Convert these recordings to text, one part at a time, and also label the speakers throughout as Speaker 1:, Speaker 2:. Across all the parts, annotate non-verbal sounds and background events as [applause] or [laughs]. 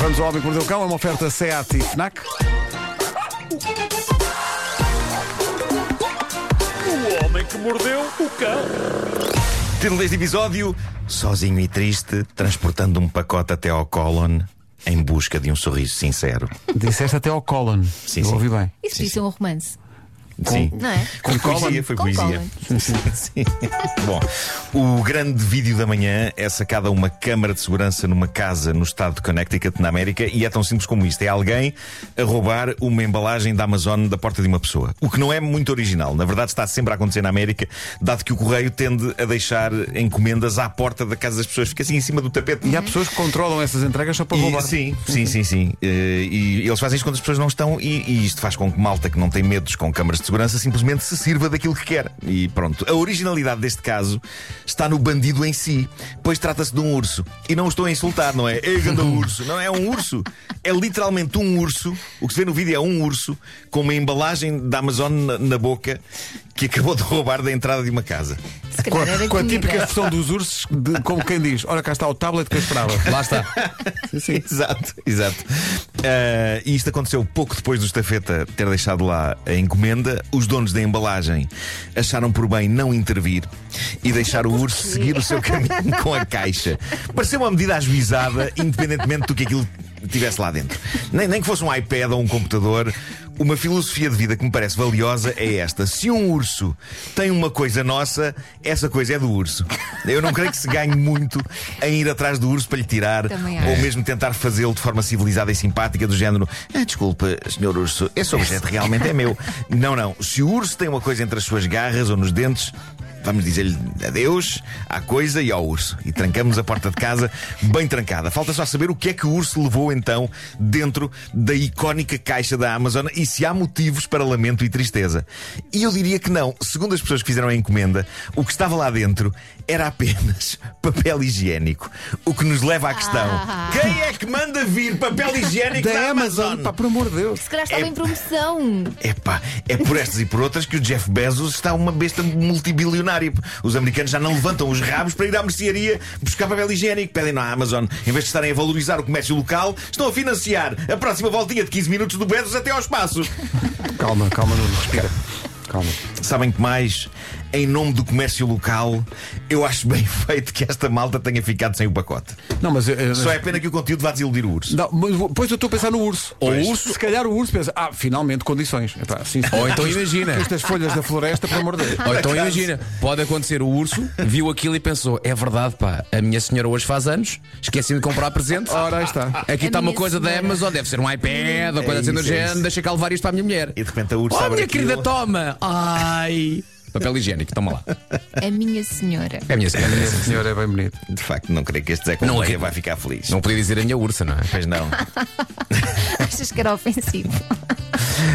Speaker 1: Vamos ao Homem que Mordeu o Cão, é uma oferta SEAT e FNAC.
Speaker 2: O homem que mordeu o cão.
Speaker 3: Título deste episódio: Sozinho e triste, transportando um pacote até ao Colon em busca de um sorriso sincero.
Speaker 1: Disseste até ao Colin.
Speaker 3: Sim,
Speaker 1: Eu
Speaker 3: sim.
Speaker 1: ouvi bem.
Speaker 4: Isso podia ser um romance,
Speaker 3: Sim.
Speaker 4: não é?
Speaker 3: Com
Speaker 1: Colin?
Speaker 3: poesia, foi
Speaker 4: Com
Speaker 3: poesia. Sim. Bom, o grande vídeo da manhã é sacado a uma câmara de segurança numa casa no estado de Connecticut, na América, e é tão simples como isto: é alguém a roubar uma embalagem da Amazon da porta de uma pessoa. O que não é muito original, na verdade está sempre a acontecer na América, dado que o correio tende a deixar encomendas à porta da casa das pessoas, fica assim em cima do tapete.
Speaker 1: E há pessoas que controlam essas entregas só para
Speaker 3: E-
Speaker 1: roubar.
Speaker 3: sim, sim, sim, sim. Eh, e eles fazem isto quando as pessoas não estão, e, e isto faz com que malta que não tem medos com câmaras de segurança simplesmente se sirva daquilo que quer. E pronto. A originalidade deste caso está no bandido em si, pois trata-se de um urso. E não o estou a insultar, não é? É grande urso. Não é um urso. É literalmente um urso. O que se vê no vídeo é um urso com uma embalagem da Amazon na, na boca que acabou de roubar da entrada de uma casa.
Speaker 4: Se
Speaker 1: Com
Speaker 4: calhar
Speaker 1: a,
Speaker 4: era
Speaker 1: com a
Speaker 4: comida.
Speaker 1: típica expressão dos ursos, de- como quem diz: Ora, cá está o tablet que eu esperava. Lá está.
Speaker 3: [laughs] Exato, exato. Ah, e isto aconteceu pouco depois do estafeta ter deixado lá a encomenda. Os donos da embalagem acharam por bem não intervir e deixar o urso seguir o seu caminho com a caixa. Pareceu uma medida ajuizada, independentemente do que aquilo tivesse lá dentro. Nem, nem que fosse um iPad ou um computador. Uma filosofia de vida que me parece valiosa é esta. Se um urso tem uma coisa nossa, essa coisa é do urso. Eu não creio que se ganhe muito em ir atrás do urso para lhe tirar
Speaker 4: Também
Speaker 3: ou
Speaker 4: acho.
Speaker 3: mesmo tentar fazê-lo de forma civilizada e simpática, do género: ah, desculpa, senhor urso, esse objeto realmente é meu. Não, não. Se o urso tem uma coisa entre as suas garras ou nos dentes. Vamos dizer-lhe adeus à coisa e ao urso. E trancamos a porta de casa bem trancada. Falta só saber o que é que o urso levou então dentro da icónica caixa da Amazon e se há motivos para lamento e tristeza. E eu diria que não. Segundo as pessoas que fizeram a encomenda, o que estava lá dentro era apenas [laughs] papel higiênico. O que nos leva à questão:
Speaker 4: Ah.
Speaker 3: quem é que manda vir papel higiênico da,
Speaker 1: Da Amazon, pá, por amor de Deus.
Speaker 4: Se calhar estava
Speaker 3: É-
Speaker 4: em promoção.
Speaker 3: Epá, é por estas e por outras que o Jeff Bezos está uma besta multibilionária. Os americanos já não levantam os rabos para ir à mercearia buscar papel higiênico. Pedem na Amazon. Em vez de estarem a valorizar o comércio local, estão a financiar a próxima voltinha de 15 minutos do Bezos até ao espaço.
Speaker 1: Calma, calma, Nuno, respira. Calma.
Speaker 3: Sabem que mais? Em nome do comércio local, eu acho bem [laughs] feito que esta malta tenha ficado sem o pacote.
Speaker 1: Não, mas. eh,
Speaker 3: Só é pena que o conteúdo vá desiludir o urso.
Speaker 1: Não, mas vou- pois eu estou a pensar no urso. Ou
Speaker 3: Pois.
Speaker 1: o urso, se calhar o urso pensa, ah, finalmente condições. Epá, sim, sim.
Speaker 5: Ou então imagina.
Speaker 1: Estas folhas da floresta, pelo amor de Deus.
Speaker 5: Ou então imagina, pode acontecer, o urso viu aquilo e pensou: é verdade, pá, a minha senhora hoje faz anos, esqueci de comprar presente.
Speaker 1: Ora, aí está.
Speaker 5: Aqui
Speaker 4: A
Speaker 5: está uma
Speaker 4: minha
Speaker 5: coisa da
Speaker 4: senhora.
Speaker 5: Amazon, deve ser um iPad ou coisa
Speaker 3: isso,
Speaker 5: assim do
Speaker 3: é isso.
Speaker 5: género, deixa cá levar isto para a minha mulher.
Speaker 3: E de repente a urso
Speaker 5: Oh,
Speaker 3: abre
Speaker 5: minha
Speaker 3: aquilo.
Speaker 5: querida, toma! Ai! Papel higiênico, toma lá.
Speaker 4: A minha senhora.
Speaker 5: É a minha senhora.
Speaker 1: Esse senhor é bem bonito.
Speaker 3: De facto, não creio que este Zé
Speaker 5: Não
Speaker 3: Correia
Speaker 5: é.
Speaker 3: vai ficar feliz.
Speaker 5: Não podia dizer a minha ursa, não é?
Speaker 3: Pois não.
Speaker 4: Achas que era ofensivo?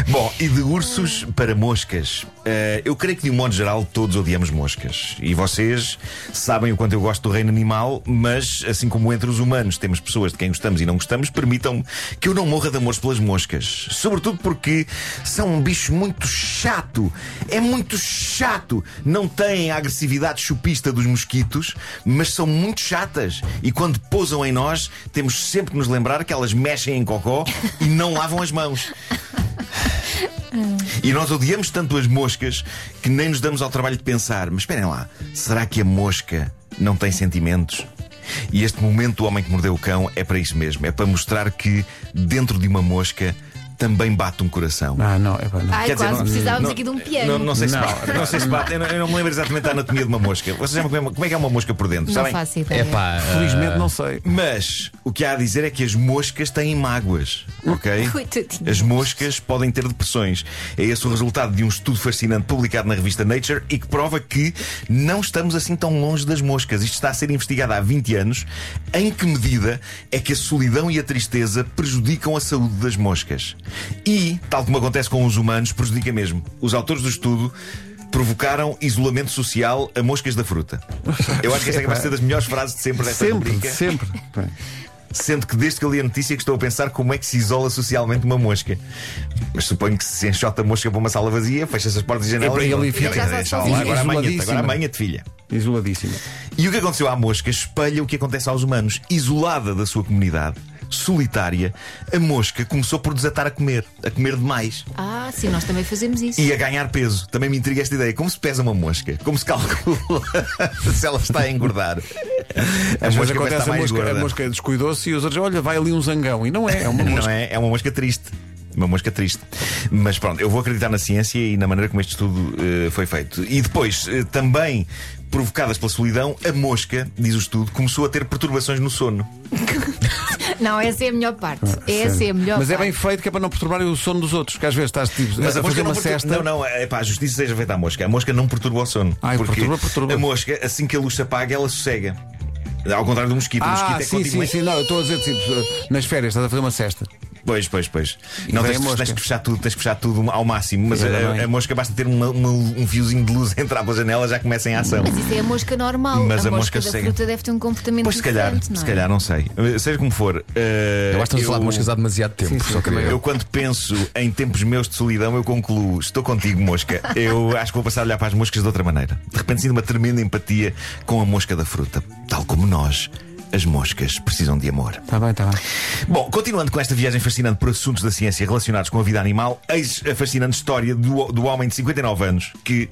Speaker 3: Bom, e de ursos para moscas. Eh, eu creio que, de um modo geral, todos odiamos moscas. E vocês sabem o quanto eu gosto do reino animal, mas, assim como entre os humanos temos pessoas de quem gostamos e não gostamos, permitam-me que eu não morra de amor pelas moscas. Sobretudo porque são um bicho muito chato. É muito chato. Não têm a agressividade chupista dos mosquitos, mas são muito chatas. E quando pousam em nós, temos sempre que nos lembrar que elas mexem em cocó e não lavam as mãos. E nós odiamos tanto as moscas que nem nos damos ao trabalho de pensar: mas esperem lá, será que a mosca não tem sentimentos? E este momento do homem que mordeu o cão é para isso mesmo: é para mostrar que dentro de uma mosca também bate um coração.
Speaker 1: Ah, não, é bem, não.
Speaker 4: Ai,
Speaker 3: Quer dizer,
Speaker 4: quase
Speaker 3: não-
Speaker 4: precisávamos
Speaker 3: não-
Speaker 4: aqui de um
Speaker 3: Não,
Speaker 4: piano.
Speaker 3: não sei se bate, não sei se bate. Eu não, eu não me lembro exatamente da anatomia de uma mosca. Vocês sabem como é, como é que é uma mosca por dentro?
Speaker 4: Não
Speaker 3: sabem?
Speaker 4: faço ideia.
Speaker 5: É pá.
Speaker 1: Felizmente não sei.
Speaker 3: Mas o que há a dizer é que as moscas têm mágoas, ok?
Speaker 4: Coitadinhas.
Speaker 3: As moscas podem ter depressões. É esse o resultado de um estudo fascinante publicado na revista Nature e que prova que não estamos assim tão longe das moscas. Isto está a ser investigado há 20 anos. Em que medida é que a solidão e a tristeza prejudicam a saúde das moscas? E, tal como acontece com os humanos, prejudica mesmo. Os autores do estudo. Provocaram isolamento social a moscas da fruta. Eu acho que esta é capaz de ser das melhores frases de sempre desta
Speaker 1: Sempre,
Speaker 3: rubrica.
Speaker 1: sempre. Bem,
Speaker 3: Sendo que desde que eu li a notícia que estou a pensar como é que se isola socialmente uma mosca. Mas suponho que se enxota a mosca para uma sala vazia, fecha-se as portas e
Speaker 1: É
Speaker 3: janelas.
Speaker 1: para ele
Speaker 3: pronto,
Speaker 1: e fica.
Speaker 3: quer dizer, deixa lá,
Speaker 4: Isoladíssima.
Speaker 3: Agora é amanhã, agora amanha-te, filha.
Speaker 1: Isoladíssimo.
Speaker 3: E o que aconteceu à mosca espelha o que acontece aos humanos. Isolada da sua comunidade, solitária, a mosca começou por desatar a comer, a comer demais
Speaker 4: Ah, sim, nós também fazemos isso.
Speaker 3: e a ganhar peso. Também me intriga esta ideia. Como se pesa uma mosca? Como se calcula [laughs] se ela está a engordar? A
Speaker 1: Às vezes
Speaker 3: mosca vai estar
Speaker 1: acontece a
Speaker 3: mais
Speaker 1: mosca, a
Speaker 3: gorda.
Speaker 1: mosca descuidou-se e os outros, olha, vai ali um zangão. E não é, é uma mosca.
Speaker 3: [laughs] Não é? É uma mosca triste. Uma mosca triste. Mas pronto, eu vou acreditar na ciência e na maneira como este estudo eh, foi feito. E depois, eh, também provocadas pela solidão, a mosca, diz o estudo, começou a ter perturbações no sono.
Speaker 4: Não, essa é a melhor parte.
Speaker 3: Ah,
Speaker 4: Essa é a melhor
Speaker 1: Mas é
Speaker 4: parte.
Speaker 1: bem feito que é para não perturbarem o sono dos outros, que às vezes estás tipo
Speaker 3: Mas
Speaker 1: a,
Speaker 3: a
Speaker 1: fazer
Speaker 3: mosca
Speaker 1: uma
Speaker 3: não pertur-
Speaker 1: cesta.
Speaker 3: Não, não, é pá, a justiça seja feita à mosca. A mosca não perturba o sono.
Speaker 1: Ai,
Speaker 3: porque
Speaker 1: perturba, perturba.
Speaker 3: a mosca, assim que a luz se apaga, ela sossega. Ao contrário do mosquito, o
Speaker 1: Ah,
Speaker 3: mosquito é
Speaker 1: sim,
Speaker 3: continua-
Speaker 1: sim, sim, não, eu estou a dizer tipo, nas férias estás a fazer uma cesta.
Speaker 3: Pois, pois, pois. Não,
Speaker 1: vem
Speaker 3: tens,
Speaker 1: a mosca.
Speaker 3: tens que fechar tudo, tens que fechar tudo ao máximo, mas
Speaker 1: Ainda
Speaker 3: a,
Speaker 1: bem.
Speaker 3: a mosca basta ter uma- uma- um fiozinho de luz [laughs] a entrar pela janela, já começa em ação.
Speaker 4: Mas isso é a mosca normal.
Speaker 3: Mas
Speaker 4: a,
Speaker 3: a mosca
Speaker 4: da
Speaker 3: cega.
Speaker 4: fruta deve ter um comportamento
Speaker 3: Pois se calhar,
Speaker 4: diferente, não é?
Speaker 3: se calhar, não sei. Eh, Seja como for, eh,
Speaker 5: Eu acho que estamos a falar de moscas há demasiado tempo. só queria-
Speaker 3: eu quando penso em tempos meus de solidão, eu concluo, estou contigo, mosca.
Speaker 5: [laughs]
Speaker 3: Eu acho que vou passar a olhar para as moscas de outra maneira. De repente sinto uma tremenda empatia com a mosca da fruta. Tal como nós, as moscas precisam de amor.
Speaker 1: Está Tá bem, está bem.
Speaker 3: Bom, continuando com esta viagem fascinante por assuntos da ciência relacionados com a vida animal, eis a fascinante história do, do homem de 59 anos que,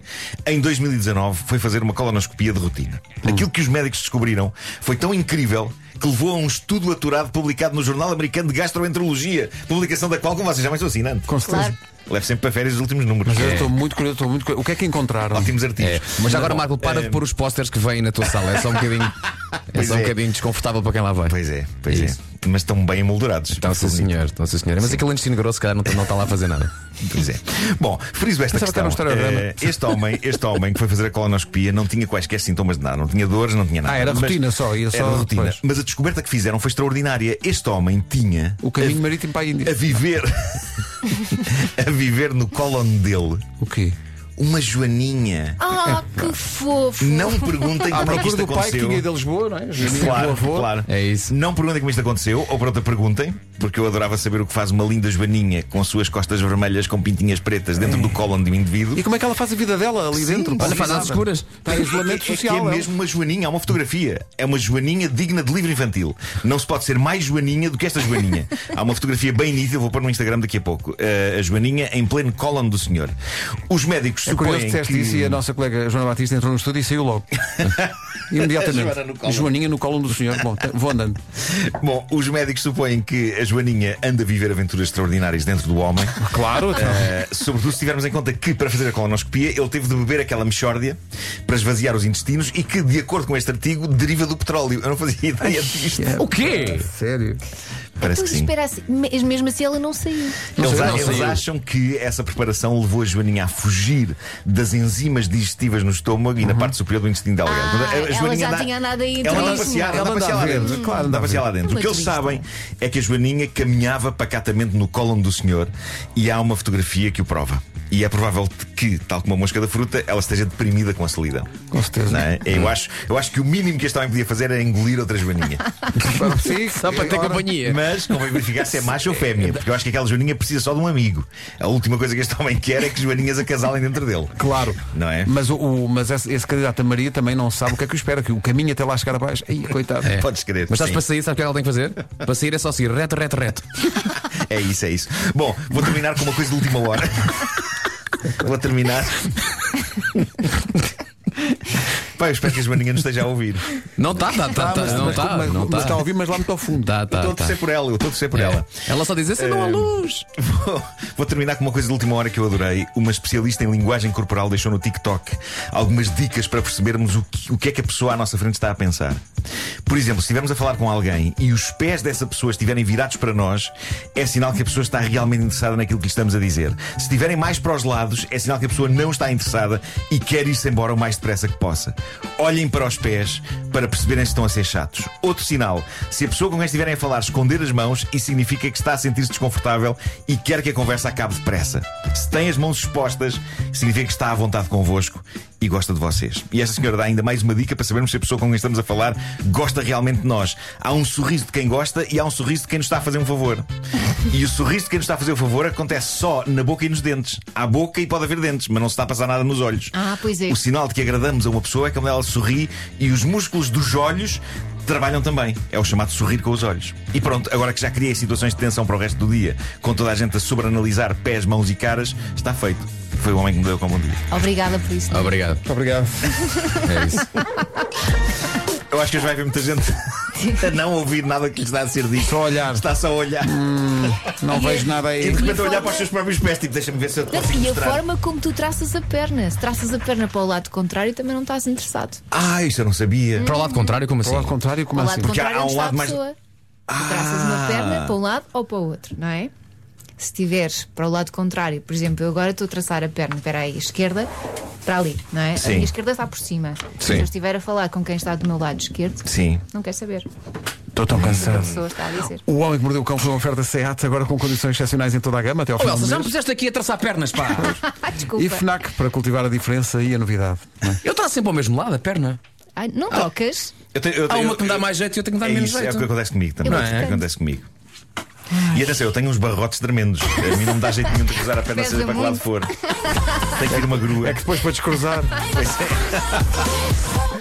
Speaker 3: em 2019, foi fazer uma colonoscopia de rotina. Aquilo que os médicos descobriram foi tão incrível que levou a um estudo aturado publicado no Jornal Americano de Gastroenterologia, publicação da qual, como vocês já mais assinante.
Speaker 1: Com certeza.
Speaker 4: Claro.
Speaker 3: Levo sempre para férias os últimos números.
Speaker 1: Mas eu
Speaker 3: É.
Speaker 1: estou muito curioso, estou muito curioso. O que é que encontraram?
Speaker 3: Ótimos artigos.
Speaker 5: É, Mas já agora,
Speaker 3: Bom,
Speaker 5: Marco, para
Speaker 3: eh,
Speaker 5: de pôr os posters que vêm na tua sala. É só um bocadinho, é
Speaker 3: Pois
Speaker 5: só um
Speaker 3: é.
Speaker 5: bocadinho desconfortável para quem lá vai.
Speaker 3: Pois é, pois
Speaker 5: É
Speaker 3: é.
Speaker 5: isso.
Speaker 3: Mas estão bem emoldurados.
Speaker 5: Então, sim, senhor, então, sim, senhor. Mas aquele intestino grosso, se calhar, não está lá a fazer nada.
Speaker 3: Pois é. Bom, friso esta
Speaker 1: Pensava que era
Speaker 3: questão.
Speaker 1: um historiograma.
Speaker 3: Eh, este, homem, este homem que foi fazer a colonoscopia não tinha quaisquer sintomas de nada, não tinha dores, não tinha nada.
Speaker 1: Ah, era
Speaker 3: Mas-
Speaker 1: rotina só, ia
Speaker 3: Era
Speaker 1: só-
Speaker 3: rotina.
Speaker 1: pois.
Speaker 3: Mas a descoberta que fizeram foi extraordinária. Este homem tinha
Speaker 1: O caminho marítimo para a
Speaker 3: a
Speaker 1: Índia.
Speaker 3: viver [laughs] a viver no cólon dele
Speaker 1: O quê?
Speaker 3: uma joaninha.
Speaker 4: Ah, que fofo!
Speaker 3: Não
Speaker 1: [laughs]
Speaker 3: perguntem
Speaker 1: À
Speaker 3: como é que
Speaker 1: procura
Speaker 3: isto
Speaker 1: do pai que
Speaker 3: aconteceu.
Speaker 1: tinha ido a Lisboa, não é?
Speaker 3: Claro,
Speaker 1: avô.
Speaker 3: claro.
Speaker 5: É isso.
Speaker 3: Não perguntem como isto aconteceu, ou por outra perguntem, porque eu adorava saber o que faz uma linda joaninha com suas costas vermelhas com pintinhas pretas dentro do cólon de um indivíduo.
Speaker 1: E como é que ela faz a vida dela ali dentro?
Speaker 5: Olha,
Speaker 1: Não
Speaker 5: faz
Speaker 1: sabe.
Speaker 5: às escuras.
Speaker 1: Está em isolamento
Speaker 3: É que
Speaker 1: social. um
Speaker 3: é
Speaker 1: ela.
Speaker 3: mesmo uma joaninha, há uma fotografia. É uma joaninha digna de livro infantil. Não se pode ser mais joaninha do que
Speaker 1: [laughs]
Speaker 3: esta joaninha. Há uma fotografia bem nítida, eu vou pôr no Instagram daqui a pouco. Eh, a joaninha em pleno cólon do senhor. Os médicos
Speaker 1: É curioso que
Speaker 3: supõem
Speaker 1: disseste isso e
Speaker 3: que...
Speaker 1: a nossa colega Joana Batista entrou no estúdio e saiu
Speaker 3: [laughs]
Speaker 1: logo. Imediatamente.
Speaker 3: Joana no colo.
Speaker 1: Joaninha no colo do senhor. Bom, tá- vou andando.
Speaker 3: Bom, os médicos supõem que a joaninha anda a viver aventuras extraordinárias dentro do homem.
Speaker 1: [laughs] Claro,
Speaker 3: Eh, sobretudo se tivermos em conta que, para fazer a colonoscopia, ele teve de beber aquela mexórdia para esvaziar os intestinos e que, de acordo com este artigo, deriva do petróleo. Eu não fazia ideia disto.
Speaker 5: O quê?
Speaker 1: Ah, Sério.
Speaker 3: Parece que
Speaker 4: Pois
Speaker 3: sim.
Speaker 4: espera assim, mas mesmo assim ela não saiu.
Speaker 3: Eles,
Speaker 5: sei, não
Speaker 3: eles
Speaker 5: sei.
Speaker 3: acham que essa preparação levou a Joaninha a fugir das enzimas digestivas no estômago e na
Speaker 5: Uhum.
Speaker 3: parte superior do intestino delgado.
Speaker 4: Ah,
Speaker 3: Portanto,
Speaker 4: ela já tinha andado aí
Speaker 3: Ela anda a
Speaker 4: entre isso.
Speaker 3: passear,
Speaker 1: Ela
Speaker 3: anda a
Speaker 1: anda
Speaker 3: passear
Speaker 1: a
Speaker 3: lá
Speaker 1: ver,
Speaker 3: dentro.
Speaker 1: claro,
Speaker 3: Anda
Speaker 1: anda
Speaker 3: a
Speaker 1: a
Speaker 3: passear lá dentro. O
Speaker 4: Uma
Speaker 3: que eles
Speaker 4: turista.
Speaker 3: sabem é que a Joaninha caminhava pacatamente no cólon do senhor e há uma fotografia que o prova. E é provável que, tal como a mosca da fruta, ela esteja deprimida com a solidão.
Speaker 1: Com certeza.
Speaker 3: Não é?
Speaker 5: Hum.
Speaker 3: eu, acho, eu acho que o mínimo que este homem podia fazer era engolir outra
Speaker 4: [laughs]
Speaker 3: joaninha.
Speaker 1: Sim,
Speaker 5: [laughs] Só para ter
Speaker 1: agora-
Speaker 5: companhia.
Speaker 3: Mas convém verificar se é macho ou fêmea, porque eu acho que aquela Joaninha precisa só de um amigo. A última coisa que este homem quer é que Joaninhas acasalem dentro dele.
Speaker 1: Claro.
Speaker 3: Não é?
Speaker 1: Mas, o, o- mas esse, esse candidato a Maria também não sabe o que é que o espera, que o caminho até lá chegar abaixo. Aí, coitado.
Speaker 5: É.
Speaker 3: Podes crer.
Speaker 5: Mas estás
Speaker 3: sim.
Speaker 5: para sair, sabe o que é que ela tem que fazer? Para sair é só seguir reto, reto, reto.
Speaker 3: É isso, é isso. Bom, vou terminar com uma coisa de última hora. Vou terminar. Pai, eu espero que a Joaninha nos esteja a ouvir.
Speaker 5: Não tá, está, está,
Speaker 3: Ah,
Speaker 5: está,
Speaker 3: Tá,
Speaker 1: mas,
Speaker 5: não
Speaker 1: mas-
Speaker 5: está.
Speaker 1: mas-
Speaker 5: Não
Speaker 1: mas está a
Speaker 5: está.
Speaker 1: ouvir, mas lá muito ao fundo.
Speaker 5: Tá,
Speaker 3: Eu
Speaker 5: tá,
Speaker 3: estou a
Speaker 5: tá.
Speaker 3: torcer por ela, eu estou a torcer um então por ela. É.
Speaker 5: Ela só diz assim: não há luz.
Speaker 3: Vou, vou terminar com uma coisa de última hora que eu adorei. Uma especialista em linguagem corporal deixou no TikTok algumas dicas para percebermos o que, o que é que a pessoa à nossa frente está a pensar. Por exemplo, se estivermos a falar com alguém e os pés dessa pessoa estiverem virados para nós, é sinal que a pessoa está realmente interessada naquilo que lhe estamos a dizer. Se estiverem mais para os lados, é sinal que a pessoa não está interessada e quer ir-se embora o mais depressa que possa. Olhem para os pés para perceberem se estão a ser chatos. Outro sinal: se a pessoa com quem estiverem a falar esconder as mãos, isso significa que está a sentir-se desconfortável e quer que a conversa acabe depressa. Se tem as mãos expostas, significa que está à vontade convosco e gosta de vocês. E esta senhora dá ainda mais uma dica para sabermos se a pessoa com quem estamos a falar gosta realmente de nós. Há um sorriso de quem gosta e há um sorriso de quem nos está a fazer um favor. E o sorriso de quem nos está a fazer o favor acontece só na boca e nos dentes. Há boca e pode haver dentes, mas não se está a passar nada nos olhos.
Speaker 4: Ah, pois é.
Speaker 3: O sinal de que agradamos a uma pessoa é quando ela sorri e os músculos dos olhos trabalham também. É o chamado sorrir com os olhos. E pronto, agora que já criei situações de tensão para o resto do dia, com toda a gente a sobreanalisar pés, mãos e caras, está feito. Foi o homem que me deu com bom dia.
Speaker 4: Obrigada por isso.
Speaker 5: Obrigado.
Speaker 1: obrigado.
Speaker 5: É isso.
Speaker 3: Eu acho que hoje vai haver muita gente [laughs] a não ouvir nada que lhes está a ser dito.
Speaker 1: Só olhar.
Speaker 3: Está só a olhar.
Speaker 1: Não vejo nada
Speaker 3: E
Speaker 1: aí.
Speaker 3: de
Speaker 4: Hum. E a
Speaker 3: repente a olhar
Speaker 4: forma-
Speaker 3: para os seus próprios pés, tipo, deixa-me ver se eu te
Speaker 4: Não,
Speaker 3: consigo
Speaker 4: e a
Speaker 3: mostrar.
Speaker 4: forma como tu traças a perna. Se traças a perna para o lado contrário, também não estás interessado.
Speaker 3: Ah, isso eu não sabia.
Speaker 5: Para o lado contrário, como assim?
Speaker 1: Ao lado contrário, como
Speaker 4: Para o
Speaker 1: assim?
Speaker 4: lado
Speaker 3: Porque há-
Speaker 4: contrário,
Speaker 3: há um
Speaker 4: onde está
Speaker 3: lado
Speaker 4: a
Speaker 3: mais- Ah.
Speaker 4: pessoa. Tu traças uma perna para um lado ou para o outro, não é? Se tiveres para o lado contrário, por exemplo, eu agora estou a traçar a perna, espera aí, esquerda para ali, não é? A
Speaker 3: Sim.
Speaker 4: minha esquerda está por cima. Se eu estiver a falar com quem está do meu lado esquerdo,
Speaker 3: Sim.
Speaker 4: não quer saber o
Speaker 1: Estou tão
Speaker 4: que a
Speaker 1: cansado.
Speaker 4: pessoa está a dizer.
Speaker 1: O Homem que Mordeu o Cão foi uma oferta SEAT, agora com condições excepcionais em toda a gama, até ao
Speaker 5: Oh,
Speaker 1: fim
Speaker 5: Elsa,
Speaker 1: do
Speaker 5: já me
Speaker 1: mês.
Speaker 5: puseste aqui a traçar pernas, pá.
Speaker 4: Ah, desculpa.
Speaker 1: E FNAC, para cultivar a diferença e a novidade. não é?
Speaker 5: Eu traço sempre ao mesmo lado a perna.
Speaker 4: Ai, não
Speaker 3: Ah.
Speaker 4: tocas?
Speaker 3: Eu tenho- eu
Speaker 5: Há
Speaker 3: tenho-
Speaker 5: uma que me dá mais jeito e eu tenho que dar
Speaker 3: é
Speaker 5: menos
Speaker 3: isso, É
Speaker 5: jeito.
Speaker 3: o que acontece comigo também.
Speaker 4: Eu
Speaker 3: Não
Speaker 4: gosto
Speaker 3: é?
Speaker 4: tanto.
Speaker 3: acontece comigo. E atenção, eu tenho uns barrotes tremendos. A mim não me dá jeito nenhum de cruzar a perna,
Speaker 4: Pesa
Speaker 3: seja para que lado
Speaker 4: muito.
Speaker 3: for. Tem que vir uma grua.
Speaker 1: É que depois para descruzar.
Speaker 3: Pois é.